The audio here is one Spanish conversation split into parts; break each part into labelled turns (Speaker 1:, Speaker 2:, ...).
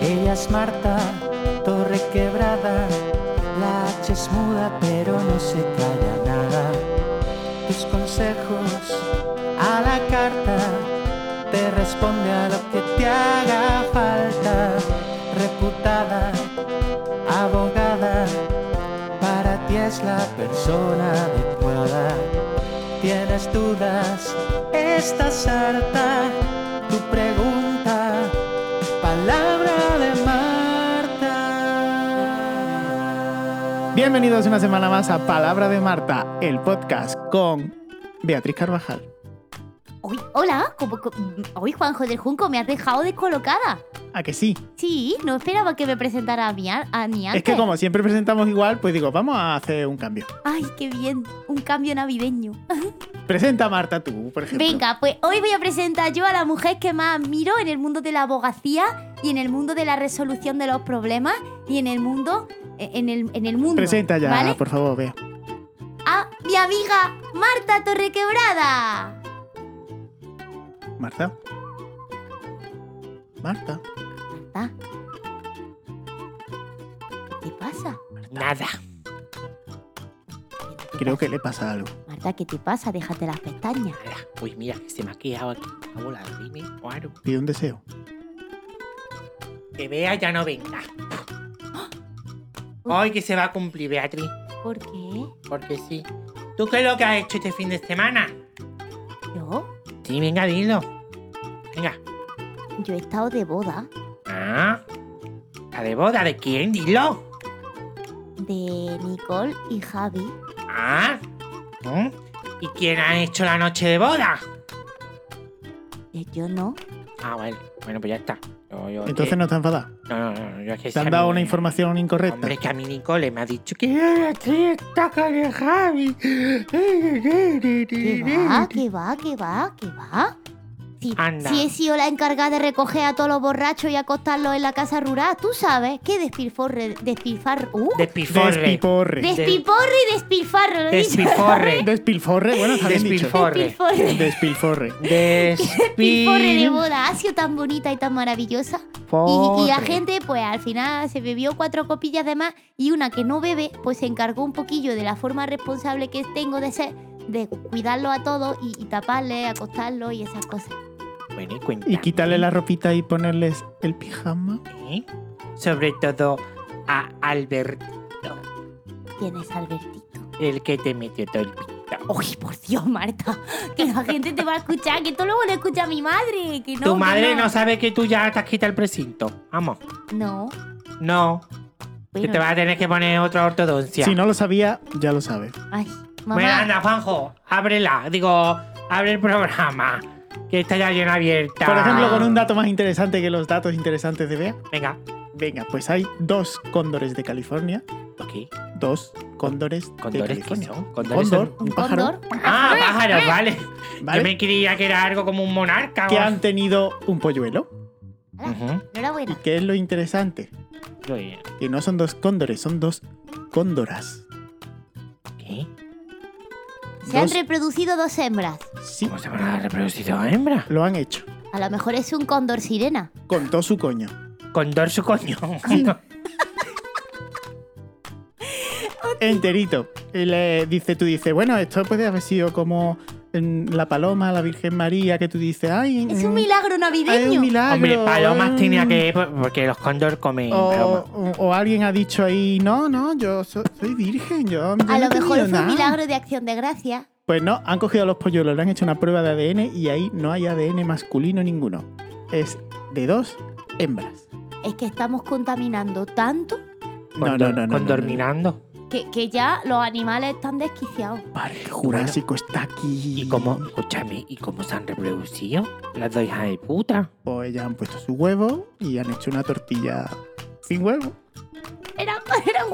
Speaker 1: Ella es Marta, torre quebrada, la H es muda pero no se calla nada. Tus consejos a la carta, te responde a lo que te haga falta. Reputada, abogada, para ti es la persona adecuada. Tienes dudas, estás harta, tu pregunta, palabra de Marta.
Speaker 2: Bienvenidos una semana más a Palabra de Marta, el podcast con Beatriz Carvajal.
Speaker 3: Uy, hola, como, co- uy, Juanjo del Junco, me has dejado descolocada.
Speaker 2: ¿A que sí?
Speaker 3: Sí, no esperaba que me presentara a, mí, a, a ni antes.
Speaker 2: Es que como siempre presentamos igual, pues digo, vamos a hacer un cambio.
Speaker 3: Ay, qué bien, un cambio navideño.
Speaker 2: Presenta a Marta tú, por ejemplo.
Speaker 3: Venga, pues hoy voy a presentar yo a la mujer que más admiro en el mundo de la abogacía y en el mundo de la resolución de los problemas y en el mundo, e, en el, en el mundo.
Speaker 2: Presenta ya,
Speaker 3: ¿vale?
Speaker 2: por favor, Bea.
Speaker 3: A mi amiga Marta Torrequebrada.
Speaker 2: Marta. Marta.
Speaker 3: Marta, ¿Qué te pasa?
Speaker 2: Nada.
Speaker 3: ¿Qué te
Speaker 2: Creo
Speaker 3: pasa?
Speaker 2: que le pasa algo.
Speaker 3: Marta, ¿qué te pasa? Déjate las pestañas.
Speaker 4: Ala, Pues mira, se me ha quedado aquí la bola de rime, claro.
Speaker 2: Pide un deseo.
Speaker 4: Que vea ya no venga.
Speaker 3: ¡Ah!
Speaker 4: Hoy que se va a cumplir, Beatriz.
Speaker 3: ¿Por qué?
Speaker 4: Porque sí. ¿Tú qué es lo que has hecho este fin de semana?
Speaker 3: Yo,
Speaker 4: Sí, venga, dilo. Venga.
Speaker 3: yo he estado de boda
Speaker 4: Ah. ¿La de boda de quién? Dilo.
Speaker 3: de Nicole y Javi.
Speaker 4: Ah. ¿Mm? ¿Y quién ha hecho la noche de boda?
Speaker 3: Eh, Yo no.
Speaker 4: Ah, bueno. Bueno, pues ya está. Yo- yo-
Speaker 2: Entonces no está enfadada.
Speaker 4: No, no, no, no, yo es que
Speaker 2: Te
Speaker 4: sí,
Speaker 2: han
Speaker 4: a
Speaker 2: dado
Speaker 4: mí-
Speaker 2: una información incorrecta.
Speaker 4: Hombre, que a mí Nicole me ha dicho que "Ah, sí, está con el Javi. ¿Qué
Speaker 3: ¿Qué va? ¿Qué va? ¿Qué va? ¿Qué va? Si,
Speaker 4: Anda.
Speaker 3: si he sido la encargada de recoger a todos los borrachos y acostarlos en la casa rural, tú sabes. ¿Qué despilforre? Despilfar... ¡Uh!
Speaker 4: Despiforre.
Speaker 2: Despiporre.
Speaker 3: Despilporre y despilfarro, lo he dicho.
Speaker 4: Despiforre.
Speaker 2: Despilforre. Bueno, está bien dicho.
Speaker 4: Despiforre.
Speaker 3: Despilforre.
Speaker 2: Despilforre.
Speaker 3: Despilforre de
Speaker 4: Despiforre.
Speaker 3: boda. Ha sido tan bonita y tan maravillosa. Y, y la gente, pues al final se bebió cuatro copillas de más y una que no bebe, pues se encargó un poquillo de la forma responsable que tengo de ser, de cuidarlo a todos y, y taparle, acostarlo y esas cosas.
Speaker 4: Bueno, y cuéntame,
Speaker 2: Y quitarle la ropita y ponerles el pijama.
Speaker 4: ¿eh? Sobre todo a Alberto,
Speaker 3: Tienes Albertito.
Speaker 4: el que te metió todo el pito.
Speaker 3: Uy, por Dios, Marta, que la gente te va a escuchar, que esto luego lo escucha mi madre, que no.
Speaker 4: tu
Speaker 3: que
Speaker 4: madre no.
Speaker 3: no.
Speaker 4: sabe que tú ya te has quitado el precinto. Vamos.
Speaker 3: No,
Speaker 4: No, que
Speaker 3: bueno,
Speaker 4: te vas a tener que poner otra ortodoncia.
Speaker 2: Si no lo sabía, ya lo sabe.
Speaker 3: Ay,
Speaker 4: Bueno,
Speaker 3: mamá.
Speaker 4: anda, Juanjo, ábrela. Digo, abre el programa. Que está ya bien abierta.
Speaker 2: Por ejemplo, con un dato más interesante que los datos interesantes de Bea.
Speaker 4: Venga.
Speaker 2: Venga, pues hay dos cóndores de California.
Speaker 4: Ok.
Speaker 2: Dos cóndores, de
Speaker 4: ¿Condores qué
Speaker 2: California.
Speaker 4: son? ¿Condores son-
Speaker 2: Cóndor,
Speaker 3: Un
Speaker 2: un pájaro,
Speaker 3: cóndor.
Speaker 4: Ah, pájaros, vale.
Speaker 2: ¿vale?
Speaker 4: Yo me creía que era algo como un monarca.
Speaker 2: que
Speaker 4: o-
Speaker 2: han tenido un polluelo.
Speaker 4: Ujú.
Speaker 2: ¿Y
Speaker 3: Enhorabuena.
Speaker 2: qué es lo interesante?
Speaker 4: Yo-
Speaker 2: Que no son dos cóndores, son dos cóndoras.
Speaker 4: ¿Qué?
Speaker 3: Se han
Speaker 2: Dos-
Speaker 3: reproducido dos hembras.
Speaker 2: Sí,
Speaker 4: ¿Cómo se van a reproducir dos hembras?
Speaker 2: lo han hecho.
Speaker 3: A lo mejor es un cóndor sirena.
Speaker 2: Con todo su coño.
Speaker 4: Condor su coño.
Speaker 2: Enterito. Y le dice, tú dices, bueno, esto puede haber sido como mm, la paloma, la Virgen María, que tú dices, ay,
Speaker 3: Es
Speaker 2: mm,
Speaker 3: un milagro
Speaker 2: ay,
Speaker 3: navideño.
Speaker 2: un milagro.
Speaker 4: Hombre, palomas
Speaker 2: ay".
Speaker 4: tenía que. Porque los cóndor comen
Speaker 2: O,
Speaker 4: palomas.
Speaker 2: o- o alguien ha dicho ahí, no, no, yo so- soy virgen, yo, yo no
Speaker 3: A
Speaker 2: he
Speaker 3: lo
Speaker 2: tenido
Speaker 3: mejor fue
Speaker 2: nada".
Speaker 3: un milagro de acción de gracia.
Speaker 2: Pues no, han cogido a los polluelos, le han hecho una prueba de ADN y ahí no hay ADN masculino ninguno. Es de dos hembras.
Speaker 3: Es que estamos contaminando tanto
Speaker 2: No, no, no, no. no, no, no.
Speaker 4: Condorminando.
Speaker 3: que, que ya los animales están desquiciados.
Speaker 2: Parque Jurásico está aquí.
Speaker 4: ¿Y cómo? Escúchame, ¿y cómo se han reproducido? Las dos hijas de puta.
Speaker 2: Pues ya han puesto su huevo y han hecho una tortilla sin huevo.
Speaker 3: Eran, eran,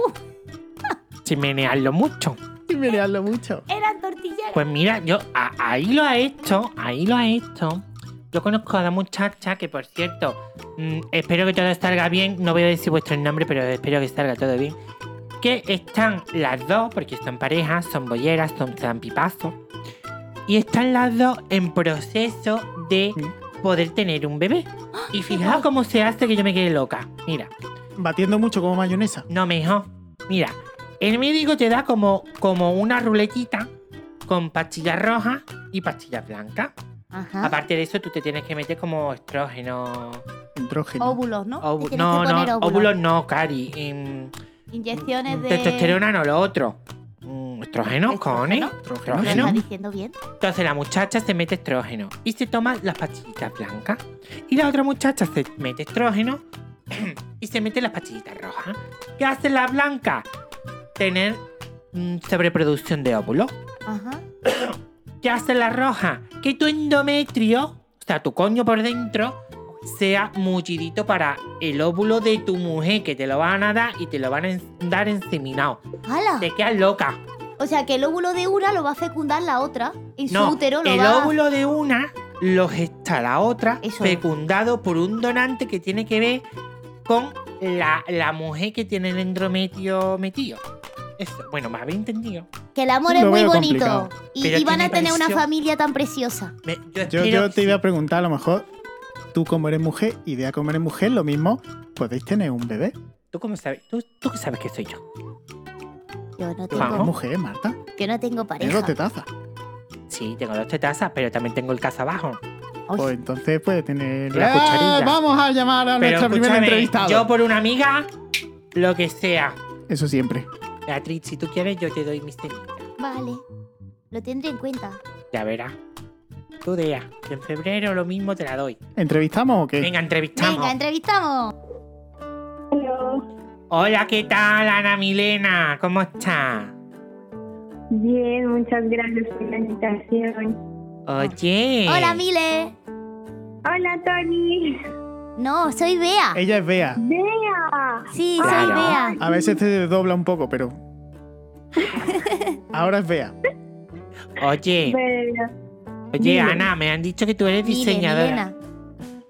Speaker 4: Sin menearlo mucho.
Speaker 2: Y menearlo mucho.
Speaker 3: eran tortilleras.
Speaker 4: Pues mira, yo a- ahí lo ha hecho, ahí lo ha hecho. Yo conozco a la muchacha que, por cierto, mm, espero que todo salga bien. No voy a decir vuestro nombre, pero espero que salga todo bien. Que están las dos, porque son parejas, son bolleras, son trampipazos. Y están las dos en proceso de
Speaker 2: Mm.
Speaker 4: poder tener un bebé. Y fijaos cómo se hace que yo me quede loca. Mira,
Speaker 2: Batiendo mucho como mayonesa.
Speaker 4: no mejor. Mira, el médico te da como, como una ruletita con pastillas rojas y pastillas blancas.
Speaker 3: Ajá.
Speaker 4: Aparte de eso, tú te tienes que meter como estrógeno.
Speaker 2: Hidrógeno.
Speaker 3: Óvulos, ¿no?
Speaker 4: Ovu-
Speaker 3: Te tienes
Speaker 4: no,
Speaker 3: que poner
Speaker 4: no, óvulos no, Cari. em,
Speaker 3: Inyecciones
Speaker 4: mm,
Speaker 3: de.
Speaker 4: Testosterona no, lo otro. Mm, Estrógeno,
Speaker 3: Estrógeno.
Speaker 4: cone.
Speaker 3: ¿Lo
Speaker 4: Estrógeno.
Speaker 3: está diciendo bien?
Speaker 4: Entonces la muchacha se mete estrógeno y se toma las pastillitas blancas. Y la otra muchacha se mete estrógeno y se mete las pastillitas rojas. ¿Qué hace la blanca? Tener mm, sobreproducción de óvulos.
Speaker 3: Ajá.
Speaker 4: ¿Qué hace la roja? Que tu endometrio, o sea, tu coño por dentro, sea mullidito para el óvulo de tu mujer, que te lo van a dar y te lo van a en- dar enseminado.
Speaker 3: ¡Hala!
Speaker 4: Te quedas loca.
Speaker 3: O sea que el óvulo de una lo va a fecundar la otra. En
Speaker 4: No,
Speaker 3: su útero lo
Speaker 4: el
Speaker 3: va
Speaker 4: óvulo de una lo gesta la otra,
Speaker 3: Eso.
Speaker 4: fecundado por un donante que tiene que ver con la, la mujer que tiene el endometrio metido. Eso, bueno, me habéis entendido.
Speaker 3: Que el amor es
Speaker 2: Lo
Speaker 3: muy
Speaker 2: veo
Speaker 3: bonito.
Speaker 2: complicado.
Speaker 3: Y,
Speaker 4: Pero
Speaker 3: y van
Speaker 4: tiene
Speaker 3: a tener una
Speaker 4: precio.
Speaker 3: familia tan preciosa.
Speaker 4: Me- yo,
Speaker 2: Yo,
Speaker 4: espero-
Speaker 2: yo te iba a preguntar, a lo mejor, tú como eres mujer y Dea como eres mujer, lo mismo, podéis tener un bebé.
Speaker 4: ¿Tú cómo sabes? ¿Tú, tú qué sabes que soy yo?
Speaker 3: Yo no
Speaker 2: Tú
Speaker 4: Vamos.
Speaker 2: eres
Speaker 3: tengo,
Speaker 2: mujer, ¿eh, Marta.
Speaker 3: yo no tengo
Speaker 2: Tienes
Speaker 3: pareja.
Speaker 2: dos tetazas.
Speaker 4: Sí, tengo dos tetazas, pero también tengo el abajo.
Speaker 3: Ay,
Speaker 2: Pues entonces puede tener
Speaker 4: La cucharilla.
Speaker 2: Eh, Vamos a llamar a
Speaker 4: Pero
Speaker 2: nuestra primera
Speaker 4: escúchame,
Speaker 2: entrevistada.
Speaker 4: yo por una amiga, lo que sea.
Speaker 2: Eso siempre.
Speaker 4: Beatriz, si tú quieres, yo te doy mis semillas.
Speaker 3: Vale. Lo tendré en cuenta.
Speaker 4: Ya verás. Tú, Dea, que en febrero lo mismo te la doy.
Speaker 2: ¿Entrevistamos o qué?
Speaker 4: Venga, entrevistamos.
Speaker 3: Venga, entrevistamos.
Speaker 5: Hola.
Speaker 4: Hola, ¿qué tal, Ana Milena? ¿Cómo estás?
Speaker 5: Bien, muchas gracias por la invitación.
Speaker 4: Oye.
Speaker 3: Hola, Mile.
Speaker 5: Hola, Tony.
Speaker 3: No, soy Bea.
Speaker 2: Ella es Bea.
Speaker 5: Bea.
Speaker 3: Sí,
Speaker 4: Eh, Claro.
Speaker 3: soy Bea.
Speaker 2: A veces te dobla un poco, pero. Ahora es Bea.
Speaker 4: Oye,
Speaker 5: Bueno,
Speaker 4: oye,
Speaker 5: Mile.
Speaker 4: Ana, me han dicho que tú eres
Speaker 3: Mile,
Speaker 4: diseñadora.
Speaker 3: Milena.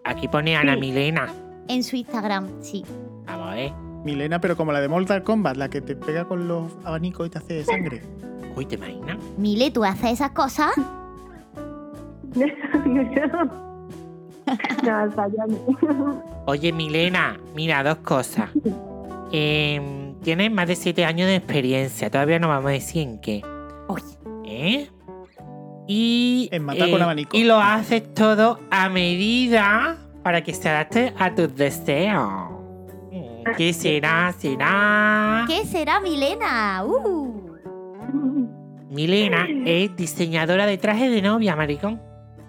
Speaker 4: Aquí pone Ana Milena.
Speaker 3: En su Instagram, sí.
Speaker 4: Vamos, eh.
Speaker 2: Milena, pero como la de Mortal Kombat, la que te pega con los abanicos y te hace sangre.
Speaker 4: Uy, ¿te imaginas?
Speaker 3: Mile, ¿tú haces esas cosas?
Speaker 5: no, no, hasta ya no.
Speaker 4: Oye, Milena, mira, dos cosas. Eh, tienes más de siete años de experiencia. Todavía no vamos a decir en qué.
Speaker 3: Uy.
Speaker 4: ¿Eh? Y. eh,
Speaker 2: En matar con abanico.
Speaker 4: Y lo haces todo a medida para que se adapte a tus deseos. Mm, ¿Qué será? ¿Será?
Speaker 3: ¿Qué será Milena? Uh.
Speaker 4: Milena es diseñadora de trajes de novia, maricón.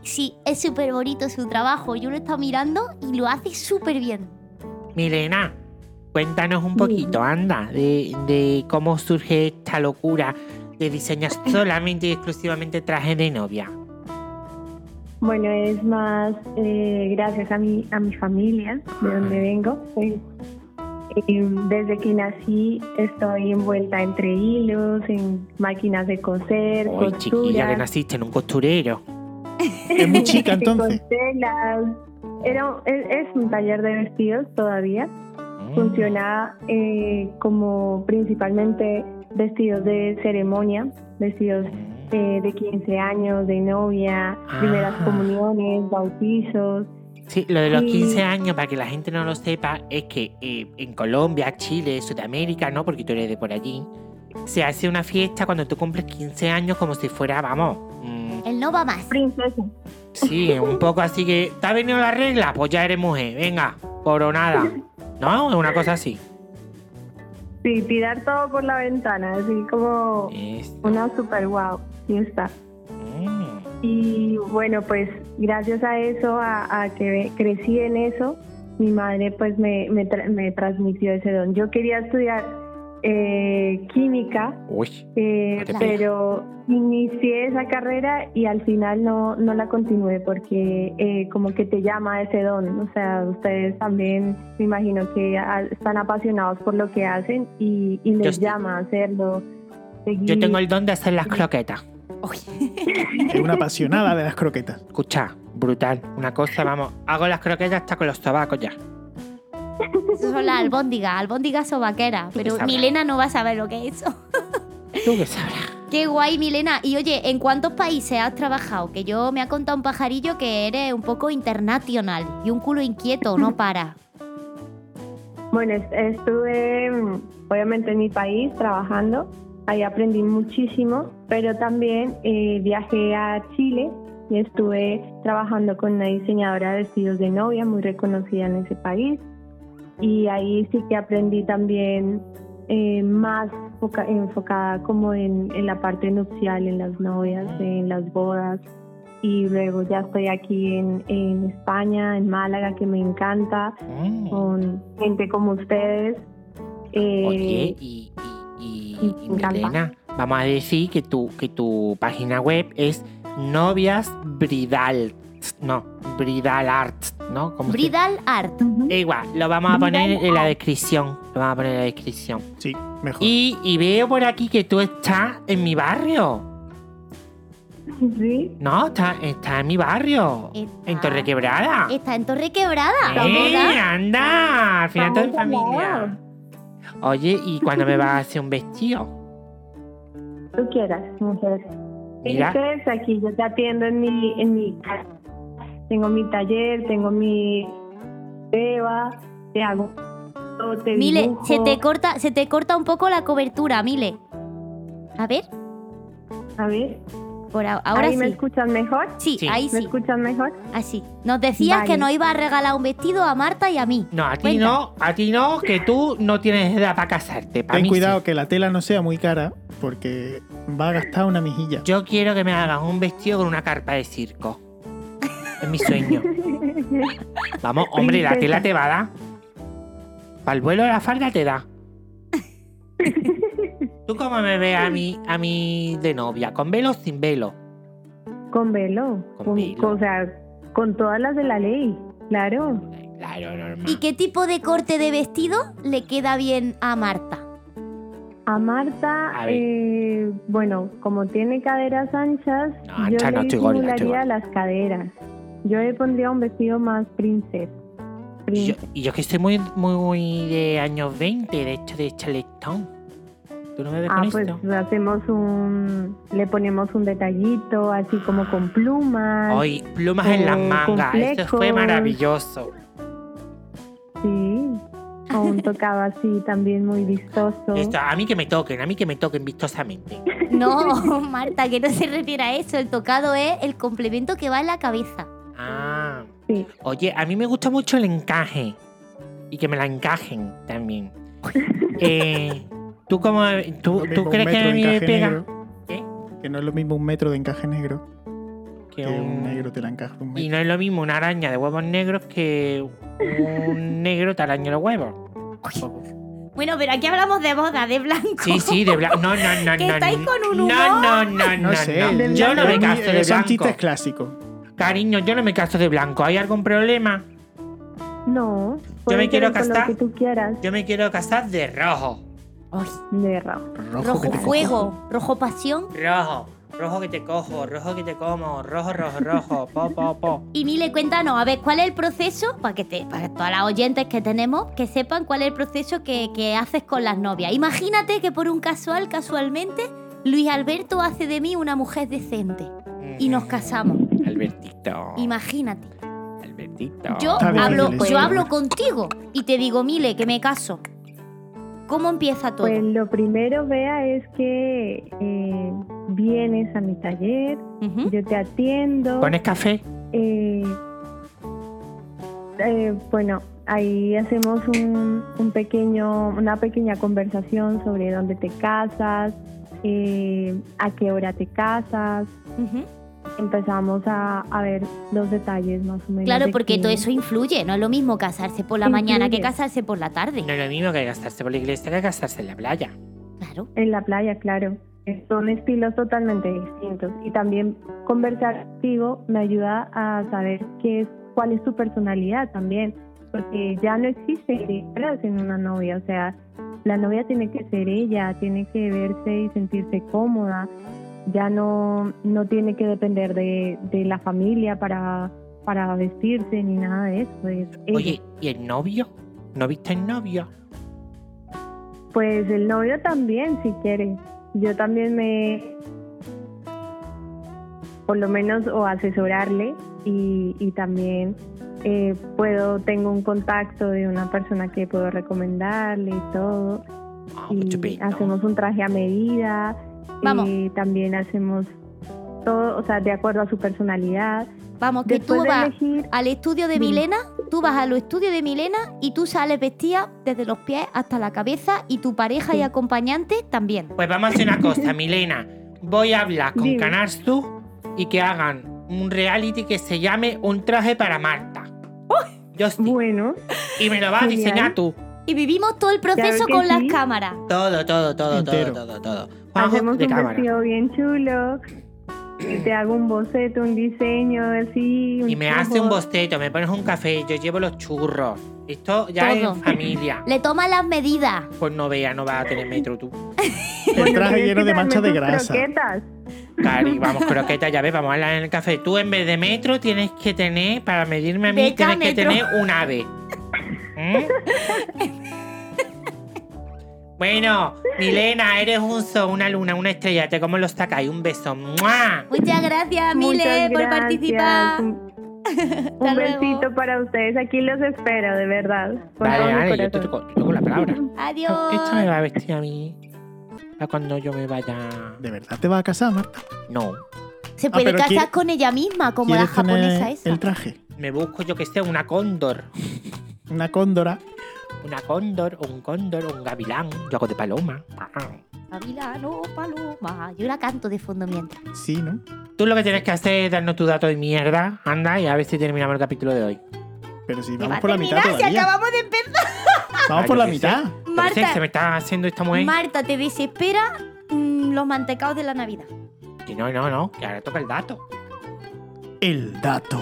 Speaker 3: Sí, es súper bonito su trabajo. Yo lo he estado mirando y lo hace súper bien.
Speaker 4: Milena, cuéntanos un poquito, anda, de, de cómo surge esta locura de diseñar solamente y exclusivamente trajes de novia.
Speaker 5: Bueno, es más eh, gracias a mi, a mi familia, de donde vengo. pues, eh, desde que nací estoy envuelta entre hilos, en máquinas de coser,
Speaker 4: Hoy,
Speaker 5: costuras,
Speaker 4: chiquilla, que naciste en un costurero.
Speaker 2: Es muy chica
Speaker 5: con
Speaker 2: entonces.
Speaker 5: telas. Era, e, es, es un taller de vestidos todavía.
Speaker 4: Mm.
Speaker 5: Funciona eh, como principalmente vestidos de ceremonia, vestidos eh, de 15 años, de novia, primeras
Speaker 4: Ah.
Speaker 5: comuniones, bautizos.
Speaker 4: Sí, lo de los
Speaker 5: Y-
Speaker 4: 15 años, para que la gente no lo sepa, es que eh, en Colombia, Chile, Sudamérica, ¿no? Porque tú eres de por allí, se hace una fiesta cuando tú cumples 15 años como si fuera, vamos, mm,
Speaker 3: Él no va más.
Speaker 5: Princesa.
Speaker 4: Sí, un poco así que. ¿Te ha venido la regla? Pues ya eres mujer, venga, coronada. ¿No? Es una cosa así.
Speaker 5: Sí, tirar todo por la ventana, así como
Speaker 4: Esto.
Speaker 5: una super wow. Y está.
Speaker 4: Mm.
Speaker 5: Y bueno, pues gracias a eso, a, a que crecí en eso, mi madre pues me, me, tra- me transmitió ese don. Yo quería estudiar eh, química,
Speaker 4: Uy.
Speaker 5: eh,
Speaker 4: No te
Speaker 5: pero inicié esa carrera y al final no, no la continué porque eh, como que te llama ese don. O sea, ustedes también me imagino que a- están apasionados por lo que hacen y, y les
Speaker 4: Yo-
Speaker 5: llama hacerlo.
Speaker 4: Yo
Speaker 5: seguir.
Speaker 4: tengo el don de hacer las croquetas.
Speaker 2: Es una apasionada de las croquetas.
Speaker 4: Escucha, brutal. Una cosa, vamos. Hago las croquetas hasta con los tabacos ya.
Speaker 3: Eso son las albóndigas, albóndigas o vaqueras.
Speaker 4: ¿Tú qué
Speaker 3: Pero
Speaker 4: sabrás?
Speaker 3: Milena no va a saber lo que es eso.
Speaker 4: Tú que sabrás.
Speaker 3: Qué guay, Milena. Y oye, ¿en cuántos países has trabajado? Que yo me ha contado un pajarillo que eres un poco internacional y un culo inquieto, no para.
Speaker 5: Bueno, est- estuve mm, obviamente en mi país trabajando, ahí aprendí muchísimo, pero también eh, viajé a Chile y estuve trabajando con una diseñadora de vestidos de novia muy reconocida en ese país y ahí sí que aprendí también eh, más foca- enfocada como en, en la parte nupcial, en las novias, en las bodas y luego ya estoy aquí en, en España, en Málaga, que me encanta
Speaker 4: Mm.
Speaker 5: con gente como ustedes. Eh,
Speaker 4: Oye, y, y, y-
Speaker 5: sí,
Speaker 4: y
Speaker 5: me encanta.
Speaker 4: Milena, vamos a decir que tu, que tu página web es novias bridal, no, bridal art, ¿no? Como se-
Speaker 3: Bridal Art.
Speaker 5: ujú.
Speaker 4: Da Igual, lo vamos a poner
Speaker 5: Bridal
Speaker 4: en la descripción, lo vamos a poner en la descripción.
Speaker 2: Sí, mejor.
Speaker 4: Y, y veo por aquí que tú estás en mi barrio,
Speaker 5: Sí,
Speaker 4: ¿no? Estás está en mi barrio,
Speaker 3: Está-
Speaker 4: en Torre Quebrada.
Speaker 3: Está en Torre Quebrada.
Speaker 4: ¡Eh,
Speaker 3: ¿verdad?
Speaker 4: anda! Al final todo en
Speaker 5: Vamos a
Speaker 4: familia.
Speaker 5: hablar.
Speaker 4: Oye, ¿y cuándo me vas a hacer un vestido?
Speaker 5: tú quieras, mujer.
Speaker 4: Mira.
Speaker 5: Entonces aquí yo te atiendo en mi, en mi casa. Tengo mi taller, tengo mi beba, te hago todo, te
Speaker 3: Mile,
Speaker 5: dibujo.
Speaker 3: se te corta, se te corta un poco la cobertura, Mile. A ver,
Speaker 5: A ver,
Speaker 3: por a- ahora
Speaker 5: ¿ahí
Speaker 3: sí.
Speaker 5: me escuchan mejor?
Speaker 3: Sí,
Speaker 4: Sí.
Speaker 3: ahí
Speaker 5: ¿Me
Speaker 3: sí,
Speaker 5: escuchan mejor?
Speaker 3: así. Nos decías
Speaker 5: Vale.
Speaker 3: que nos iba a regalar un vestido a Marta y a mí.
Speaker 4: No, a ti
Speaker 3: Cuenta.
Speaker 4: no, a ti no, que tú no tienes edad para casarte. pa'
Speaker 2: Ten
Speaker 4: mí
Speaker 2: cuidado
Speaker 4: sí.
Speaker 2: que la tela no sea muy cara porque va a gastar una mejilla.
Speaker 4: Yo quiero que me hagas un vestido con una carpa de circo. Es mi sueño. Vamos, hombre, la tela te va a dar. Para el vuelo de la falda te da. ¿Tú cómo me ves a mí, a mí de novia? ¿Con velo o sin velo?
Speaker 5: Con velo.
Speaker 4: Con
Speaker 5: con-
Speaker 4: velo.
Speaker 5: con- o sea, con todas las de la ley, claro.
Speaker 4: Claro, normal.
Speaker 3: ¿Y qué tipo de corte de vestido le queda bien a Marta?
Speaker 5: A Marta,
Speaker 4: A ver.
Speaker 5: eh, bueno, como tiene caderas anchas,
Speaker 4: No,
Speaker 5: yo
Speaker 4: ancha
Speaker 5: le
Speaker 4: no, estoy gorda, estoy
Speaker 5: disimularía las caderas. Yo le pondría un vestido más princesa.
Speaker 4: Y yo,
Speaker 5: Prin-
Speaker 4: y yo que estoy muy, muy, muy de años 20, de hecho, de chaletón. ¿Tú no me ves
Speaker 5: Ah,
Speaker 4: con
Speaker 5: pues
Speaker 4: esto?
Speaker 5: hacemos un, le ponemos un detallito, así como con plumas.
Speaker 4: Hoy, plumas en las
Speaker 5: con- con
Speaker 4: mangas. Eso fue
Speaker 5: flecos.
Speaker 4: maravilloso.
Speaker 5: Sí. O un tocado así también muy vistoso.
Speaker 4: Esto, a mí que me toquen, a mí que me toquen vistosamente.
Speaker 3: No, Marta, que no se refiere a eso. El tocado es el complemento que va en la cabeza.
Speaker 4: Ah.
Speaker 5: Sí.
Speaker 4: Oye, a mí me gusta mucho el encaje. Y que me la encajen también. Eh, ¿Tú, cómo, tú,
Speaker 2: No es lo mismo
Speaker 4: tú
Speaker 2: un
Speaker 4: crees que
Speaker 2: metro
Speaker 4: a
Speaker 2: de
Speaker 4: mí me
Speaker 2: encaje
Speaker 4: pega?
Speaker 2: negro,
Speaker 4: ¿Qué?
Speaker 2: Que no es lo mismo un metro de encaje negro
Speaker 4: Que
Speaker 2: que
Speaker 4: un-
Speaker 2: un negro te la encaja un metro.
Speaker 4: Y no es lo mismo una araña de huevos negros que un negro te araña los huevos.
Speaker 3: Bueno, pero aquí hablamos de boda, de blanco.
Speaker 4: Sí, sí, de blanco. No, no, no,
Speaker 3: Que
Speaker 4: no.
Speaker 3: estáis
Speaker 4: no.
Speaker 3: con un
Speaker 4: No,
Speaker 3: humor.
Speaker 4: no, no, no.
Speaker 2: No sé,
Speaker 4: no.
Speaker 2: del
Speaker 4: Yo no me
Speaker 2: Son-
Speaker 4: caso de
Speaker 2: eh, Son
Speaker 4: blanco.
Speaker 2: chistes clásicos.
Speaker 4: Cariño, yo no me caso de blanco. ¿Hay algún problema?
Speaker 5: No.
Speaker 4: me
Speaker 5: puede
Speaker 4: quiero
Speaker 5: ser con
Speaker 4: casar.
Speaker 5: Lo que tú quieras.
Speaker 4: Yo me quiero casar de rojo.
Speaker 3: Ay,
Speaker 5: De rojo.
Speaker 2: Rojo,
Speaker 3: rojo
Speaker 2: que te
Speaker 3: fuego, rojo pasión.
Speaker 4: Rojo, rojo que te cojo, rojo que te como, rojo, rojo, rojo, po, po, po.
Speaker 3: Y Mile, cuéntanos, a ver, ¿cuál es el proceso? Para que te, para todas las oyentes que tenemos, que sepan cuál es el proceso que, que haces con las novias. Imagínate que por un casual, casualmente, Luis Alberto hace de mí una mujer decente.
Speaker 4: Mm.
Speaker 3: Y nos casamos.
Speaker 4: Albertito.
Speaker 3: Imagínate.
Speaker 4: Albertito.
Speaker 3: Yo
Speaker 2: Está bien,
Speaker 3: hablo,
Speaker 2: Mile,
Speaker 3: yo
Speaker 2: sí.
Speaker 3: hablo contigo y te digo, Mile, que me caso. ¿Cómo empieza todo?
Speaker 5: Pues lo primero, Vea, es que eh, vienes a mi taller,
Speaker 3: Ujú.
Speaker 5: yo te atiendo.
Speaker 4: ¿Pones café?
Speaker 5: eh, eh, bueno, ahí hacemos un, un pequeño, una pequeña conversación sobre dónde te casas, eh, a qué hora te casas.
Speaker 3: Ujú.
Speaker 5: Empezamos a, a ver los detalles más o menos.
Speaker 3: Claro,
Speaker 5: de
Speaker 3: porque
Speaker 5: qué-
Speaker 3: todo eso influye. No es lo mismo casarse por la mañana que
Speaker 5: Influye.
Speaker 3: casarse por la tarde.
Speaker 4: No es lo mismo que gastarse por la iglesia que gastarse en la playa.
Speaker 3: Claro.
Speaker 5: En la playa, claro. Son estilos totalmente distintos. Y también conversar contigo me ayuda a saber qué es, cuál es tu personalidad también. Porque ya no existe ideas en una novia. O sea, la novia tiene que ser ella, tiene que verse y sentirse cómoda. Ya no, no tiene que depender de, de la familia para, para vestirse ni nada de eso. es ella.
Speaker 4: Oye, ¿y el novio? ¿No viste el novio?
Speaker 5: Pues el novio también, si quiere. yo también me, por lo menos, o asesorarle y, y también eh, puedo, tengo un contacto de una persona que puedo recomendarle y todo.
Speaker 4: Ah,
Speaker 5: Y
Speaker 4: chupito.
Speaker 5: hacemos un traje a medida.
Speaker 3: Vamos.
Speaker 5: eh, también hacemos todo, o sea, de acuerdo a su personalidad.
Speaker 3: Vamos, que
Speaker 5: Después
Speaker 3: tú Ah,
Speaker 5: de
Speaker 3: vas
Speaker 5: elegir,
Speaker 3: al estudio de
Speaker 5: Dime.
Speaker 3: Milena, tú vas a los estudios de Milena y tú sales vestida desde los pies hasta la cabeza y tu pareja y
Speaker 5: Sí.
Speaker 3: acompañante también.
Speaker 4: Pues vamos a hacer una cosa, Milena. Voy a hablar con
Speaker 5: Dime.
Speaker 4: Canastu y que hagan un reality que se llame Un traje para Marta. Yo sí.
Speaker 5: bueno,
Speaker 4: Y me lo vas a
Speaker 5: genial.
Speaker 4: diseñar tú.
Speaker 3: Y vivimos todo el proceso
Speaker 5: que
Speaker 3: con las
Speaker 5: sí.
Speaker 3: cámaras.
Speaker 4: Todo, todo, todo,
Speaker 2: Entero.
Speaker 4: todo, todo, todo. Juanjo
Speaker 5: hacemos
Speaker 4: de
Speaker 5: un
Speaker 4: cámara.
Speaker 5: vestido bien chulo. y Te hago un boceto, un diseño así.
Speaker 4: Y me hace un
Speaker 5: dibujo.
Speaker 4: bosteto, me pones un café, yo llevo los churros. Esto ya
Speaker 3: Todo.
Speaker 4: es familia.
Speaker 3: Le tomas las medidas.
Speaker 4: Pues no vea, no vas a tener metro tú.
Speaker 2: El traje
Speaker 5: tienes
Speaker 2: lleno
Speaker 5: que
Speaker 2: de manchas de
Speaker 5: darme tus
Speaker 2: grasa.
Speaker 5: croquetas.
Speaker 4: Cari, vamos, croqueta, ya ves, vamos a hablar en el café. Tú en vez de metro tienes que tener, para medirme a mí,
Speaker 3: Beca
Speaker 4: tienes que
Speaker 3: metro.
Speaker 4: tener un ave. ¿Mm? bueno, Milena, eres un sol, una luna, una estrella. Te como los tacáis, un beso. ¡Mua!
Speaker 3: Muchas gracias, Mile,
Speaker 5: Muchas
Speaker 3: por
Speaker 5: gracias.
Speaker 3: participar.
Speaker 5: Un,
Speaker 3: Hasta
Speaker 5: un
Speaker 3: luego.
Speaker 5: besito para ustedes. Aquí los espero, de verdad. Con
Speaker 4: Vale,
Speaker 5: todo mi
Speaker 4: vale, yo te
Speaker 5: corazón.
Speaker 4: toco, te toco la palabra.
Speaker 3: Adiós.
Speaker 4: Esta me va a vestir a mí. Para cuando yo me vaya.
Speaker 2: ¿De verdad te vas a casar, Marta?
Speaker 4: No.
Speaker 3: Se puede
Speaker 2: Ah, pero
Speaker 3: casar
Speaker 2: quiere-
Speaker 3: con ella misma, como la
Speaker 2: ¿Quieres
Speaker 3: japonesa
Speaker 2: tener
Speaker 3: esa.
Speaker 2: el traje?
Speaker 4: Me busco, yo que sé, una cóndor.
Speaker 2: Una cóndora.
Speaker 4: Una cóndor, un cóndor, un gavilán. Yo hago de paloma.
Speaker 3: Gavilano, paloma. Yo la canto de fondo mientras.
Speaker 2: Sí, ¿no?
Speaker 4: Tú lo que tienes que hacer es darnos tu dato de mierda. Anda y a ver si terminamos el capítulo de hoy.
Speaker 2: Pero si
Speaker 3: Que va
Speaker 2: vamos
Speaker 3: a
Speaker 2: por la mitad
Speaker 3: terminar, si
Speaker 2: todavía.
Speaker 3: acabamos de empezar.
Speaker 2: Vamos
Speaker 4: Ah,
Speaker 2: por
Speaker 4: yo
Speaker 2: la
Speaker 4: qué
Speaker 2: mitad.
Speaker 4: Entonces, se
Speaker 3: Marta,
Speaker 4: me está haciendo esta mujer.
Speaker 3: Marta, te desespera mm, los mantecados de la Navidad.
Speaker 4: Que no, no, no. Que ahora toca el dato.
Speaker 2: El dato.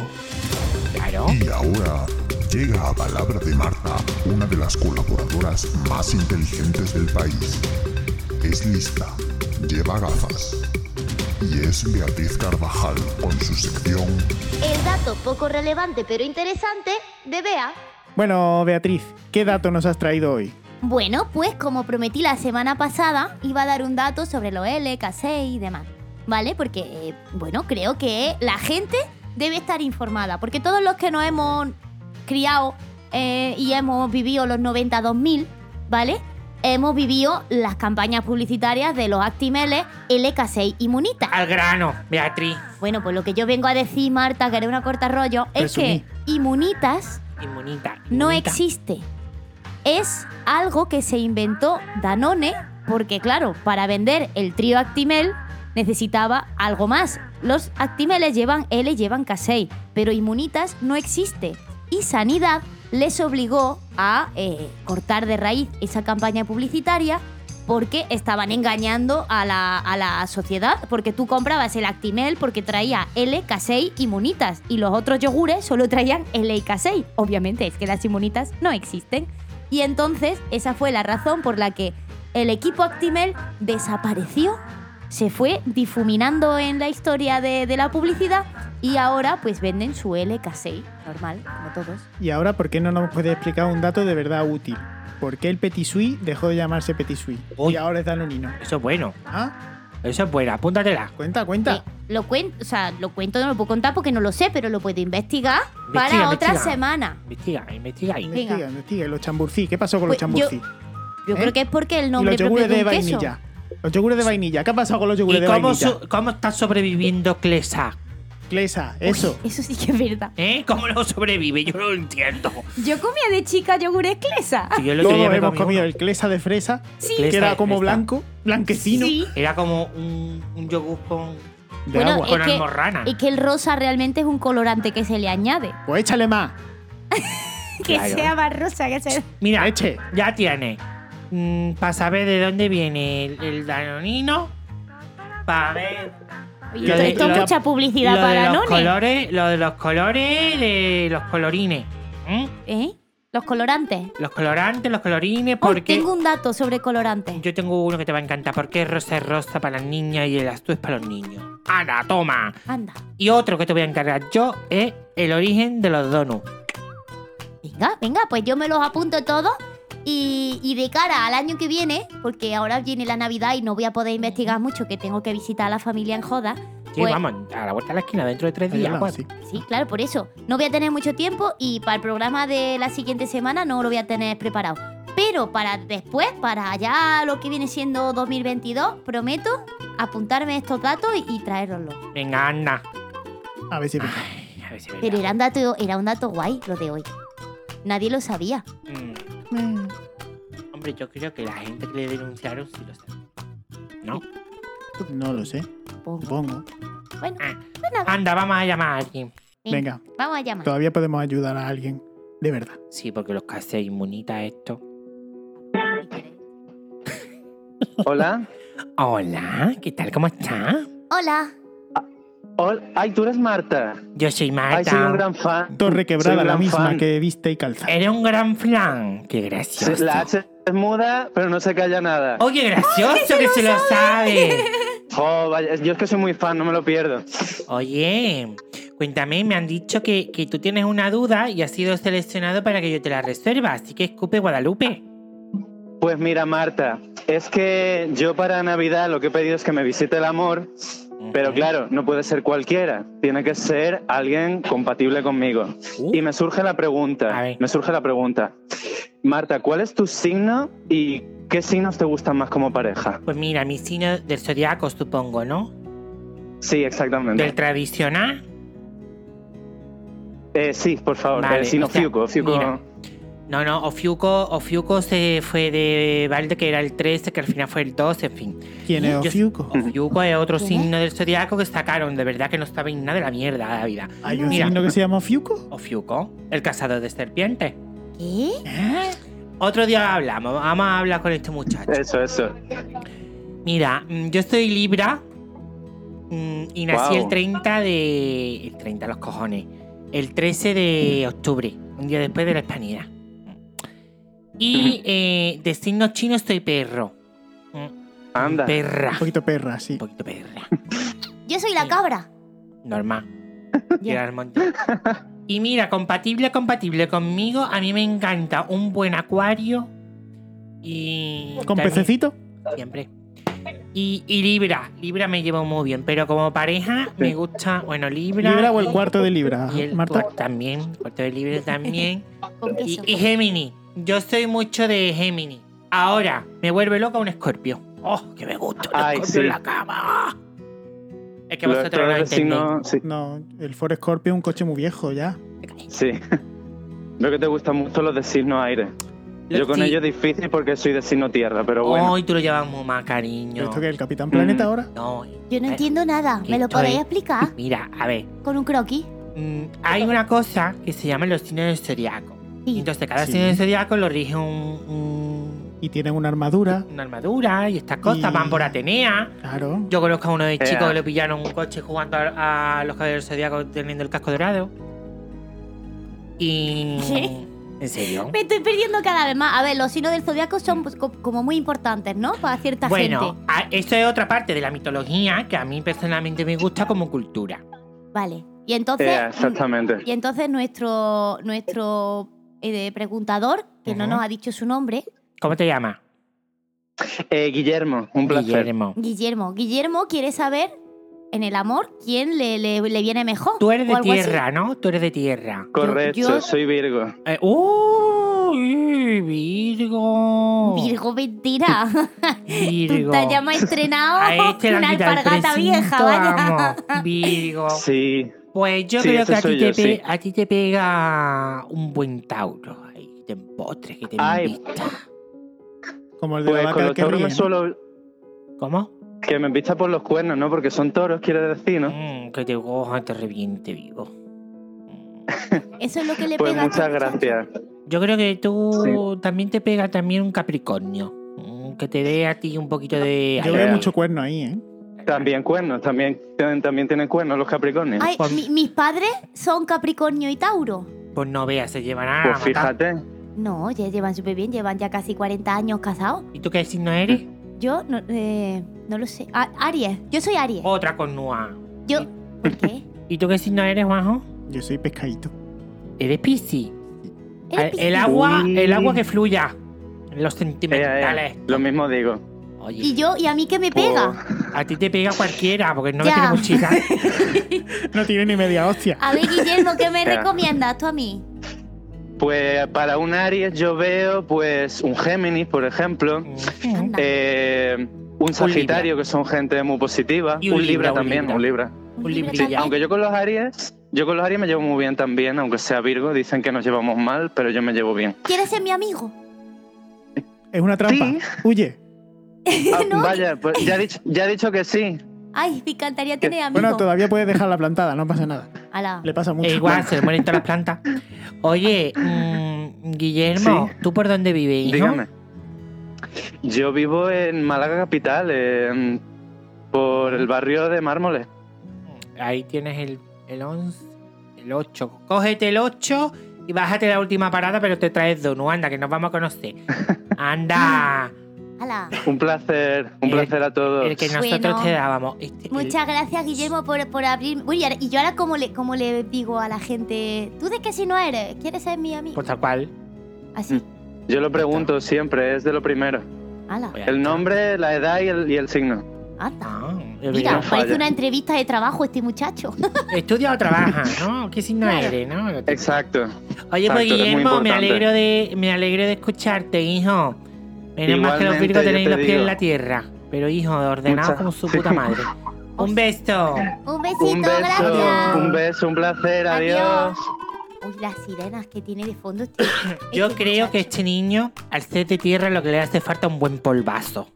Speaker 4: Claro.
Speaker 6: Y ahora llega a Palabra de Marta, una de las colaboradoras más inteligentes del país. Es lista, lleva gafas. Y es Beatriz Carvajal con su sección
Speaker 7: El dato poco relevante pero interesante de Bea.
Speaker 2: Bueno, Beatriz, ¿qué dato nos has traído hoy?
Speaker 3: Bueno, pues como prometí la semana pasada, iba a dar un dato sobre los LK6 y demás. ¿Vale? Porque, eh, bueno, creo que la gente debe estar informada. Porque todos los que nos hemos criado eh, y hemos vivido los 90-2000, ¿vale? Hemos vivido las campañas publicitarias de los Actimeles LK6 y Munita.
Speaker 4: Al grano, Beatriz.
Speaker 3: Bueno, pues lo que yo vengo a decir, Marta, que eres una corta rollo, es
Speaker 2: Presumí.
Speaker 3: que Inmunitas
Speaker 4: Inmunita.
Speaker 3: no
Speaker 4: inmunita.
Speaker 3: existe. Es algo que se inventó Danone porque, claro, para vender el trío Actimel necesitaba algo más. Los Actimeles llevan L y llevan K6, pero Inmunitas no existe. Y Sanidad les obligó a eh, cortar de raíz esa campaña publicitaria porque estaban engañando a la, a la sociedad, porque tú comprabas el Actimel porque traía L, K6 y munitas, y los otros yogures solo traían L y K6. Obviamente es que las inmunitas no existen. Y entonces esa fue la razón por la que el equipo Actimel desapareció, se fue difuminando en la historia de, de la publicidad y ahora pues venden su L, K6, normal, como todos.
Speaker 2: Y ahora, ¿por qué no nos puedes explicar un dato de verdad útil? ¿Por qué el Petit Suisse dejó de llamarse Petit Suisse?
Speaker 4: Uy.
Speaker 2: Y ahora es Danonino.
Speaker 4: Eso es bueno.
Speaker 2: ¿Ah?
Speaker 4: Eso es bueno. Apúntatela.
Speaker 2: Cuenta, cuenta.
Speaker 3: Eh, lo cuento, o sea, lo cuento, no lo puedo contar porque no lo sé, pero lo puedo investigar para
Speaker 4: Investiga,
Speaker 3: otra
Speaker 4: investiga.
Speaker 3: semana.
Speaker 4: Investiga, investiga ahí.
Speaker 2: Investiga,
Speaker 3: venga.
Speaker 2: investiga. Y Los chamburcí. ¿Qué pasó con los
Speaker 3: Pues yo-
Speaker 2: chamburcí?
Speaker 3: Yo
Speaker 2: ¿Eh?
Speaker 3: creo que es porque el
Speaker 2: Y los
Speaker 3: nombre propio
Speaker 2: yogures
Speaker 3: de
Speaker 2: de
Speaker 3: un queso.
Speaker 2: vainilla. Los yogures de vainilla. ¿Qué ha pasado con los yogures
Speaker 4: ¿Y
Speaker 2: de
Speaker 4: cómo,
Speaker 2: vainilla?
Speaker 4: su- cómo está sobreviviendo Clesa?
Speaker 2: Clesa, eso.
Speaker 3: Eso sí que es verdad.
Speaker 4: ¿Eh? ¿Cómo lo sobrevive? Yo no lo entiendo.
Speaker 3: Yo comía de chica yogur esclesa.
Speaker 4: Si yo el otro día
Speaker 2: Todos
Speaker 4: me
Speaker 2: hemos
Speaker 4: comí
Speaker 2: comido
Speaker 4: uno.
Speaker 2: el clesa de fresa,
Speaker 3: Sí.
Speaker 2: que
Speaker 4: Clesa de
Speaker 2: era como
Speaker 4: fresa.
Speaker 2: blanco, blanquecino,
Speaker 3: Sí.
Speaker 4: Era como un, un yogur con,
Speaker 2: de
Speaker 3: Bueno,
Speaker 2: agua.
Speaker 3: Es
Speaker 4: con
Speaker 3: que-
Speaker 4: almorrana.
Speaker 3: Y que el rosa realmente es un colorante que se le añade.
Speaker 2: Pues échale más.
Speaker 3: Que
Speaker 4: Claro.
Speaker 3: sea más rosa, que sea.
Speaker 4: Mira,
Speaker 2: Leche.
Speaker 4: ya tiene. para saber de dónde viene el, el danonino. Para ver.
Speaker 3: Oye,
Speaker 4: Lo
Speaker 3: esto-
Speaker 4: de-
Speaker 3: esto es
Speaker 4: lo-
Speaker 3: mucha
Speaker 4: Lo
Speaker 3: publicidad
Speaker 4: de
Speaker 3: para
Speaker 4: los
Speaker 3: Danone.
Speaker 4: colores, lo de los colores, de los colorines. ¿Mm?
Speaker 3: ¿Eh? Los colorantes.
Speaker 4: Los colorantes, los colorines,
Speaker 3: Oh,
Speaker 4: porque
Speaker 3: tengo un dato sobre colorantes.
Speaker 4: yo tengo uno que te va a encantar, porque es rosa es rosa para las niñas y el azul es para los niños. Ana, toma.
Speaker 3: Anda.
Speaker 4: Y otro que te voy a encargar yo es el origen de los donuts.
Speaker 3: Venga, venga, pues yo me los apunto todos Y, y de cara al año que viene, porque ahora viene la Navidad y no voy a poder investigar mucho, que tengo que visitar a la familia en Joda.
Speaker 4: Sí,
Speaker 3: pues-
Speaker 4: vamos, a la vuelta de la esquina, dentro de tres
Speaker 2: Ahí al
Speaker 4: días.
Speaker 2: lado,
Speaker 4: cuatro.
Speaker 2: sí.
Speaker 3: Sí, claro, por eso. No voy a tener mucho tiempo y para el programa de la siguiente semana no lo voy a tener preparado. Pero para después, para allá lo que viene siendo 2022, prometo apuntarme estos datos y, y traéroslos.
Speaker 4: Venga, anda.
Speaker 2: A ver si
Speaker 4: Ah.
Speaker 2: ve.
Speaker 4: Ay, a ver si es
Speaker 3: Pero
Speaker 4: verdad.
Speaker 3: era un, dato, era un dato guay lo de hoy. Nadie lo sabía.
Speaker 4: Mm,
Speaker 2: Mm.
Speaker 4: Hombre, yo creo que la gente que le denunciaron sí lo sabe. ¿No?
Speaker 2: No lo sé,
Speaker 3: Pongo.
Speaker 2: supongo.
Speaker 3: Bueno,
Speaker 4: Ah.
Speaker 3: bueno,
Speaker 4: Anda, vamos a llamar a alguien.
Speaker 2: Venga,
Speaker 3: vamos a llamar.
Speaker 2: todavía podemos ayudar a alguien. De verdad.
Speaker 4: Sí, porque los que hace inmunita esto.
Speaker 8: Hola.
Speaker 4: Hola, ¿qué tal? ¿Cómo estás?
Speaker 3: Hola.
Speaker 8: Hola. Ay, tú eres Marta.
Speaker 4: Yo soy Marta.
Speaker 8: Ay, soy un gran fan.
Speaker 2: Torre
Speaker 8: Soy
Speaker 2: quebrada,
Speaker 8: un
Speaker 2: la
Speaker 8: gran
Speaker 2: misma
Speaker 8: fan.
Speaker 2: que viste y calza.
Speaker 4: Eres un gran flan. Qué gracioso.
Speaker 8: Se- La H es muda, pero no se calla nada.
Speaker 4: ¡Oh, qué gracioso que se lo sabe!
Speaker 8: Oh, vaya, yo es que soy muy fan, no me lo pierdo.
Speaker 4: Oye, cuéntame, me han dicho que, que tú tienes una duda y has sido seleccionado para que yo te la resuelva, así que escupe Guadalupe.
Speaker 8: Pues mira, Marta, es que yo para Navidad lo que he pedido es que me visite el amor, pero
Speaker 4: Ujú.
Speaker 8: claro, no puede ser cualquiera. Tiene que ser alguien compatible conmigo.
Speaker 4: Uh,
Speaker 8: Y me surge la
Speaker 4: A
Speaker 8: pregunta,
Speaker 4: ver.
Speaker 8: me surge la pregunta. Marta, ¿cuál es tu signo y qué signos te gustan más como pareja?
Speaker 4: Pues mira, mi signo del zodiaco, supongo, ¿no?
Speaker 8: Sí, exactamente.
Speaker 4: Del tradicional.
Speaker 8: Eh, sí, por favor,
Speaker 4: Vale,
Speaker 8: el signo
Speaker 4: o sea,
Speaker 8: Fiuco, Fiuco.
Speaker 4: mira. No, no, Ofiuco, Ofiuco se fue de Valde, que era el 13, que al final fue el 2, en fin.
Speaker 2: ¿Quién
Speaker 4: Yo-
Speaker 2: es Ofiuco?
Speaker 4: Ofiuco es otro
Speaker 3: ¿Quién es?
Speaker 4: signo del zodiaco que sacaron, de verdad que no estaba en nada de la mierda de la vida.
Speaker 2: ¿Hay un
Speaker 4: Mira.
Speaker 2: signo que se llama Ofiuco?
Speaker 4: Ofiuco, el cazador de serpientes.
Speaker 3: ¿Qué?
Speaker 4: Otro día hablamos, vamos a hablar con este muchacho.
Speaker 8: Eso, eso.
Speaker 4: Mira, mm, yo soy Libra mm, y nací
Speaker 8: Guau.
Speaker 4: el 30 de. El 30, los cojones. El 13 de octubre, un día después de la Hispanidad. Y eh, de signo chino soy perro. Mm,
Speaker 8: Anda.
Speaker 4: Perra.
Speaker 2: Un poquito perra, sí.
Speaker 4: Un poquito perra.
Speaker 3: Yo soy la
Speaker 4: Sí.
Speaker 3: cabra.
Speaker 4: Normal. Gerard Monte. Y mira, compatible, compatible conmigo. A mí me encanta un buen acuario. Y.
Speaker 2: ¿Con
Speaker 4: también-
Speaker 2: pececito?
Speaker 4: Siempre. Y, y Libra, Libra me llevo muy bien, pero como pareja me gusta, bueno, Libra.
Speaker 2: ¿Libra o el
Speaker 4: y-
Speaker 2: cuarto de Libra,
Speaker 4: Y el
Speaker 2: Marta?
Speaker 4: cuarto también, cuarto de Libra también.
Speaker 3: Con
Speaker 4: Y,
Speaker 3: queso.
Speaker 4: y Géminis, yo soy mucho de Géminis. Ahora, me vuelve loca un escorpio. ¡Oh, que me gusta un
Speaker 8: Ay,
Speaker 4: escorpio
Speaker 8: sí.
Speaker 4: en la cama! Es que
Speaker 8: Los
Speaker 4: vosotros no lo
Speaker 8: errores de
Speaker 4: entendéis.
Speaker 8: signo, sí.
Speaker 2: No, el Ford Scorpio es un coche muy viejo ya.
Speaker 8: Sí. Lo que te gusta mucho los de signo aire.
Speaker 4: Los
Speaker 8: Yo con
Speaker 4: sí.
Speaker 8: ellos difícil porque soy de signo tierra, pero bueno.
Speaker 4: Ay, tú lo llevas muy mal, cariño.
Speaker 2: ¿Esto que es el Capitán Planeta
Speaker 8: Mm.
Speaker 2: ahora?
Speaker 4: No,
Speaker 3: Yo no
Speaker 4: eh,
Speaker 3: entiendo nada. ¿Me lo
Speaker 4: estoy-
Speaker 3: podéis explicar
Speaker 4: Mira, a ver.
Speaker 3: con un croquis?
Speaker 4: Mm, hay una cosa que se llama los signos del zodiaco.
Speaker 3: Sí.
Speaker 4: Entonces, cada
Speaker 2: Sí.
Speaker 4: signo del zodiaco lo rige un- un-
Speaker 2: Y tienen una armadura,
Speaker 4: una armadura y estas cosas.
Speaker 2: Y-
Speaker 4: Van por Atenea.
Speaker 2: claro.
Speaker 4: Yo conozco a uno de
Speaker 8: Ea.
Speaker 4: chicos que le pillaron un coche jugando a, a los caballeros del zodiaco teniendo el casco dorado. Y.
Speaker 3: ¿Qué?
Speaker 4: ¿En serio?
Speaker 3: Me estoy perdiendo cada vez más. A ver, los signos del zodiaco son pues, co- como muy importantes, ¿no? Para cierta
Speaker 4: Bueno,
Speaker 3: gente.
Speaker 4: a- esto es otra parte de la mitología que a mí personalmente me gusta como cultura.
Speaker 3: Vale. Y entonces,
Speaker 8: Eh, exactamente.
Speaker 3: y entonces nuestro, nuestro eh, preguntador, que no
Speaker 4: Ujú.
Speaker 3: nos ha dicho su nombre,
Speaker 4: ¿Cómo te llamas?
Speaker 8: Eh, Guillermo, un placer.
Speaker 4: Guillermo.
Speaker 3: Guillermo. Guillermo quiere saber en el amor quién le, le- le viene mejor.
Speaker 4: Tú eres
Speaker 3: o
Speaker 4: de
Speaker 3: algo así.
Speaker 4: tierra, ¿no? Tú eres de tierra.
Speaker 8: Correcto,
Speaker 3: Yo- yo-
Speaker 8: soy Virgo.
Speaker 4: Eh, ¡Uy! Virgo.
Speaker 3: Virgo, mentira. Tú
Speaker 4: Virgo.
Speaker 3: te ya más
Speaker 4: A
Speaker 3: estrenado
Speaker 4: este
Speaker 3: que
Speaker 4: le han
Speaker 3: una
Speaker 4: quitado el
Speaker 3: alpargata
Speaker 4: precinto,
Speaker 3: vieja, vaya.
Speaker 4: vamos. Virgo.
Speaker 8: Sí,
Speaker 4: Pues yo
Speaker 8: Sí,
Speaker 4: creo
Speaker 8: ese
Speaker 4: que a
Speaker 8: soy
Speaker 4: ti, te
Speaker 8: yo,
Speaker 4: pe-
Speaker 8: sí.
Speaker 4: a ti te pega un buen Tauro. Ay, que te empotres, que te
Speaker 8: Ay.
Speaker 4: invita.
Speaker 2: Como el de
Speaker 8: pues
Speaker 2: la
Speaker 8: con
Speaker 2: vaca
Speaker 8: los
Speaker 2: que
Speaker 8: toros
Speaker 2: ríe.
Speaker 8: me
Speaker 2: ¿no?
Speaker 8: suelo...
Speaker 4: ¿Cómo?
Speaker 8: Que me vista por los cuernos, ¿no? Porque son toros, quiere decir, ¿no?
Speaker 4: Mm, que te coja, te reviente vivo.
Speaker 3: Eso es lo que le
Speaker 8: Pues
Speaker 3: pega. a
Speaker 8: muchas
Speaker 3: este muchacho.
Speaker 8: gracias.
Speaker 4: Yo creo que tú también te pega también un Capricornio. Mm, Que te dé a ti un poquito de...
Speaker 2: Yo
Speaker 4: Ay,
Speaker 2: veo
Speaker 4: ay,
Speaker 2: mucho cuerno ahí, ¿eh?
Speaker 8: También cuernos, también, tienen- también tienen cuernos los Capricornios.
Speaker 3: Ay,
Speaker 4: Pues-
Speaker 3: mi- mis padres son Capricornio y Tauro.
Speaker 4: Pues no veas, se llevará
Speaker 8: pues fíjate.
Speaker 3: No, ya llevan súper bien, llevan ya casi 40 años casados.
Speaker 4: ¿Y tú qué signo eres?
Speaker 3: Yo no, eh, no lo sé. A- Aries, yo soy Aries.
Speaker 4: Otra con Noa.
Speaker 3: Yo. ¿Por qué?
Speaker 4: ¿Y tú qué signo eres, Juanjo?
Speaker 2: Yo soy pescadito.
Speaker 4: Eres Piscis.
Speaker 3: Eres
Speaker 4: El
Speaker 3: Piscis.
Speaker 4: agua, el agua que fluya. Los
Speaker 8: Ea,
Speaker 4: sentimentales.
Speaker 8: ea, Eh, Lo mismo digo.
Speaker 4: Oye,
Speaker 3: Y yo, y a mí que me
Speaker 8: Oh.
Speaker 3: pega.
Speaker 4: a ti te pega cualquiera, porque no me
Speaker 3: Ya.
Speaker 4: tiene mochila.
Speaker 2: No tiene ni media hostia.
Speaker 3: A ver, Guillermo, ¿qué me
Speaker 8: Espera.
Speaker 3: recomiendas tú a mí?
Speaker 8: Pues para un Aries yo veo pues un Géminis, por ejemplo,
Speaker 3: Anda,
Speaker 8: eh, un Sagitario, que son gente muy positiva,
Speaker 4: Y
Speaker 8: un,
Speaker 4: un
Speaker 8: Libra
Speaker 4: Libra, un
Speaker 8: también,
Speaker 4: Libra.
Speaker 8: un Libra.
Speaker 4: un
Speaker 3: libro
Speaker 4: librito.
Speaker 3: también.
Speaker 8: Aunque yo con los Aries, yo con los Aries me llevo muy bien también, aunque sea Virgo, dicen que nos llevamos mal, pero yo me llevo bien.
Speaker 3: ¿Quieres ser mi amigo?
Speaker 2: Es una trampa.
Speaker 8: Sí.
Speaker 2: Huye.
Speaker 8: Ah,
Speaker 3: No.
Speaker 8: Vaya, pues ya he, dicho, ya he dicho que sí.
Speaker 3: Ay, me encantaría tener amigos.
Speaker 2: Bueno, todavía puedes dejarla plantada, no pasa nada.
Speaker 3: Ala.
Speaker 2: Le pasa mucho.
Speaker 4: E igual, se le mueren todas las plantas. Oye, mm, Guillermo, ¿tú por dónde vives, hijo?
Speaker 8: Dígame. Yo vivo en Málaga Capital, en- por el barrio de Mármoles.
Speaker 4: Ahí tienes el, el 11, el 8. Cógete el 8 y bájate la última parada, pero te traes Donu. Anda, que nos vamos a conocer. Anda.
Speaker 3: Ala.
Speaker 8: Un placer, un
Speaker 4: Eh,
Speaker 8: placer a todos.
Speaker 4: el que
Speaker 3: no-
Speaker 4: nosotros
Speaker 3: Bueno.
Speaker 4: te dábamos. Este, el-
Speaker 3: Muchas gracias, Guillermo, por, por abrir. Bueno, y ahora- y yo ahora, ¿cómo le, cómo le digo a la gente? ¿Tú de qué si no eres? ¿Quieres ser mi amigo?
Speaker 4: Por tal cual.
Speaker 3: Así.
Speaker 8: Yo lo pregunto siempre, es de lo primero.
Speaker 3: Ala.
Speaker 4: Pues ya
Speaker 8: El
Speaker 4: está.
Speaker 8: nombre, la edad y el, y el signo.
Speaker 3: Anda.
Speaker 4: Ah, el
Speaker 3: Mira,
Speaker 8: Virgo.
Speaker 3: parece
Speaker 8: Vaya.
Speaker 3: una entrevista de trabajo este muchacho.
Speaker 4: Estudia o trabaja, ¿no? ¿Qué signo
Speaker 3: Claro.
Speaker 4: eres, no?
Speaker 8: Exacto.
Speaker 4: Oye,
Speaker 8: Exacto,
Speaker 4: pues
Speaker 8: es muy
Speaker 4: Guillermo, me
Speaker 8: importante.
Speaker 4: alegro de me alegro de escucharte, hijo. Menos mal que los
Speaker 8: Igualmente,
Speaker 4: virgos
Speaker 8: yo
Speaker 4: tenéis
Speaker 8: te
Speaker 4: los pies en
Speaker 8: digo.
Speaker 4: la tierra. Pero hijo, ordenado
Speaker 8: Muchas-
Speaker 4: como su
Speaker 8: sí.
Speaker 4: puta madre. Un beso.
Speaker 3: Un besito,
Speaker 8: Un beso,
Speaker 3: gracias.
Speaker 8: un beso, un placer,
Speaker 3: Adiós.
Speaker 8: adiós.
Speaker 3: Uy, las sirenas que tiene de fondo este.
Speaker 4: Yo
Speaker 3: este
Speaker 4: creo que
Speaker 3: muchacho.
Speaker 4: este niño, al ser de tierra, lo que le hace falta es un buen polvazo.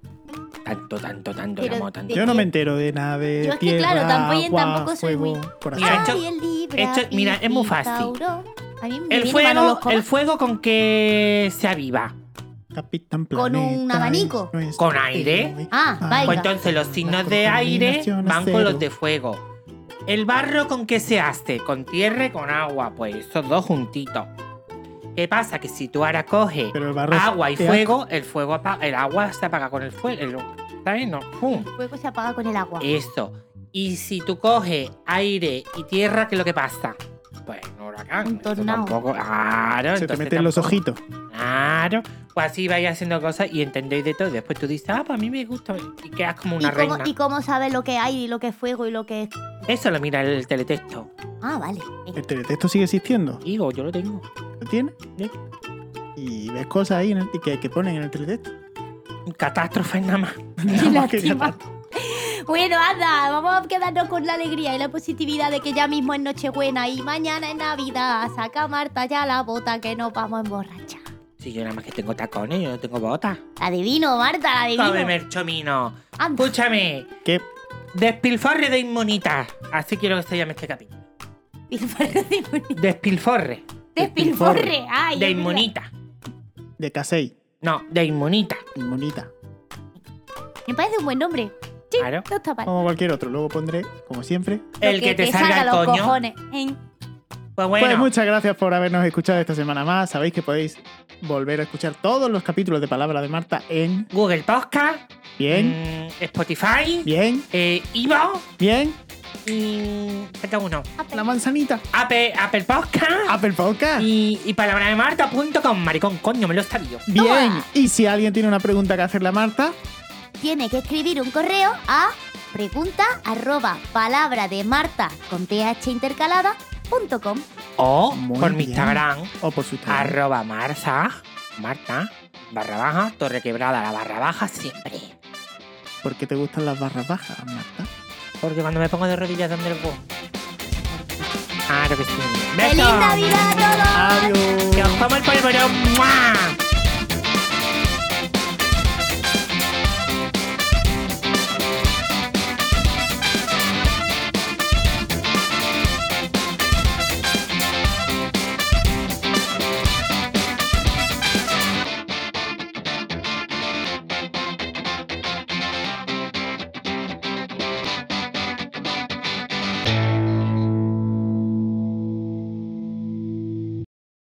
Speaker 4: Tanto, tanto, tanto,
Speaker 3: Pero
Speaker 4: le amo tanto.
Speaker 2: Yo no me entero de nada de
Speaker 3: Yo es que,
Speaker 2: tierra,
Speaker 3: claro, tampoco-
Speaker 2: agua,
Speaker 3: tampoco soy
Speaker 2: fuego,
Speaker 3: muy-
Speaker 2: corazón.
Speaker 4: Mira, esto-
Speaker 3: Ay, el Libra,
Speaker 4: esto- mira, es muy fácil.
Speaker 3: Tauro. A mí me
Speaker 4: El
Speaker 3: viene Manolo
Speaker 4: fuego,
Speaker 3: Escobar.
Speaker 4: el fuego con que se aviva.
Speaker 2: Capitán
Speaker 3: Con un
Speaker 2: Planeta
Speaker 3: abanico.
Speaker 2: es nuestro
Speaker 4: Con aire.
Speaker 2: héroe.
Speaker 3: Ah,
Speaker 2: Ah,
Speaker 3: vaya.
Speaker 4: Pues entonces los signos de aire
Speaker 2: contaminación a
Speaker 4: van con
Speaker 2: cero.
Speaker 4: los de fuego. El barro con qué se hace, con tierra y con agua, pues esos dos juntitos. ¿Qué pasa? Que si tú ahora coges
Speaker 2: Pero el barro es
Speaker 4: agua y
Speaker 2: teaco.
Speaker 4: fuego, el fuego apa- el agua se apaga con el fuego. ¿Sabes? No. ¡Pum!
Speaker 3: El fuego se apaga con el agua.
Speaker 4: Esto. Y si tú coges aire y tierra, ¿qué es lo que pasa? Pues un huracán.
Speaker 3: Un
Speaker 4: Esto
Speaker 3: tornado.
Speaker 4: Tampoco, claro,
Speaker 2: Se te
Speaker 4: entonces
Speaker 2: meten los
Speaker 4: tampoco-
Speaker 2: ojitos.
Speaker 4: Claro. Pues así vais haciendo cosas y entendéis de todo. Después tú dices, ah, pues a mí me gusta. Y quedas como una
Speaker 3: ¿Y, cómo,
Speaker 4: reina.
Speaker 3: ¿Y cómo sabe lo que hay y lo que es fuego y lo que es.?
Speaker 4: Eso lo mira el teletexto.
Speaker 3: Ah, vale.
Speaker 2: El teletexto sigue existiendo.
Speaker 4: Digo, yo lo tengo.
Speaker 2: ¿Lo tienes?
Speaker 4: Sí.
Speaker 2: Y ves cosas ahí en el- que, que ponen en el teletexto.
Speaker 4: Catástrofe nada más.
Speaker 3: Qué
Speaker 2: más que
Speaker 3: lástima. Bueno, anda, vamos a quedarnos con la alegría y la positividad de que ya mismo es Nochebuena y mañana es Navidad. Saca Marta ya la bota que nos vamos a emborrachar.
Speaker 4: Si yo nada más que tengo tacones, yo no tengo botas.
Speaker 3: La adivino, Marta, la adivino.
Speaker 4: Cómeme el chomino.
Speaker 3: Anda.
Speaker 4: Escúchame.
Speaker 2: ¿Qué?
Speaker 4: Despilforre de inmunidad. Así quiero que se llame este capítulo. Despilforre
Speaker 3: Despilforre. Ay,
Speaker 4: de
Speaker 3: es verdad.
Speaker 4: inmunita.
Speaker 2: De Casey.
Speaker 4: No, de inmunita.
Speaker 2: Monita.
Speaker 3: Me parece un buen nombre. Sí,
Speaker 4: Claro.
Speaker 3: no está mal.
Speaker 2: Como cualquier otro. Luego pondré, como siempre.
Speaker 3: Lo
Speaker 4: El que, te, salga el
Speaker 3: los
Speaker 4: coño.
Speaker 3: cojones. ¿eh?
Speaker 4: Pues bueno.
Speaker 2: Pues muchas gracias por habernos escuchado esta semana más. Sabéis que podéis volver a escuchar todos los capítulos de Palabra de Marta en
Speaker 4: Google Podcast.
Speaker 2: Bien,
Speaker 4: mm, Spotify.
Speaker 2: Bien,
Speaker 4: Eh, Ivo.
Speaker 2: Bien,
Speaker 4: Y. Falta uno.
Speaker 2: La Manzanita,
Speaker 4: Apple, Apple Podcast.
Speaker 2: Apple Podcast.
Speaker 4: Y, y palabra de Marta.com, maricón, coño, me lo sabía yo.
Speaker 2: Bien, y si alguien tiene una pregunta que hacerle a Marta,
Speaker 3: Tiene que escribir un correo a pregunta arroba palabra de Marta con th intercalada punto com.
Speaker 4: O
Speaker 2: Muy
Speaker 4: por mi
Speaker 2: bien.
Speaker 4: Instagram,
Speaker 2: o por su Instagram,
Speaker 4: arroba marza, marta, barra baja, torre quebrada, la barra baja siempre.
Speaker 2: ¿por qué te gustan las barras bajas, Marta?
Speaker 4: Porque cuando me pongo de rodillas, ¿dónde lo pongo? Claro que sí.
Speaker 3: ¡Feliz
Speaker 4: ¡Besos!
Speaker 3: Navidad a todos!
Speaker 2: Adiós.
Speaker 4: ¡Que os como el polvorón! ¡Mua!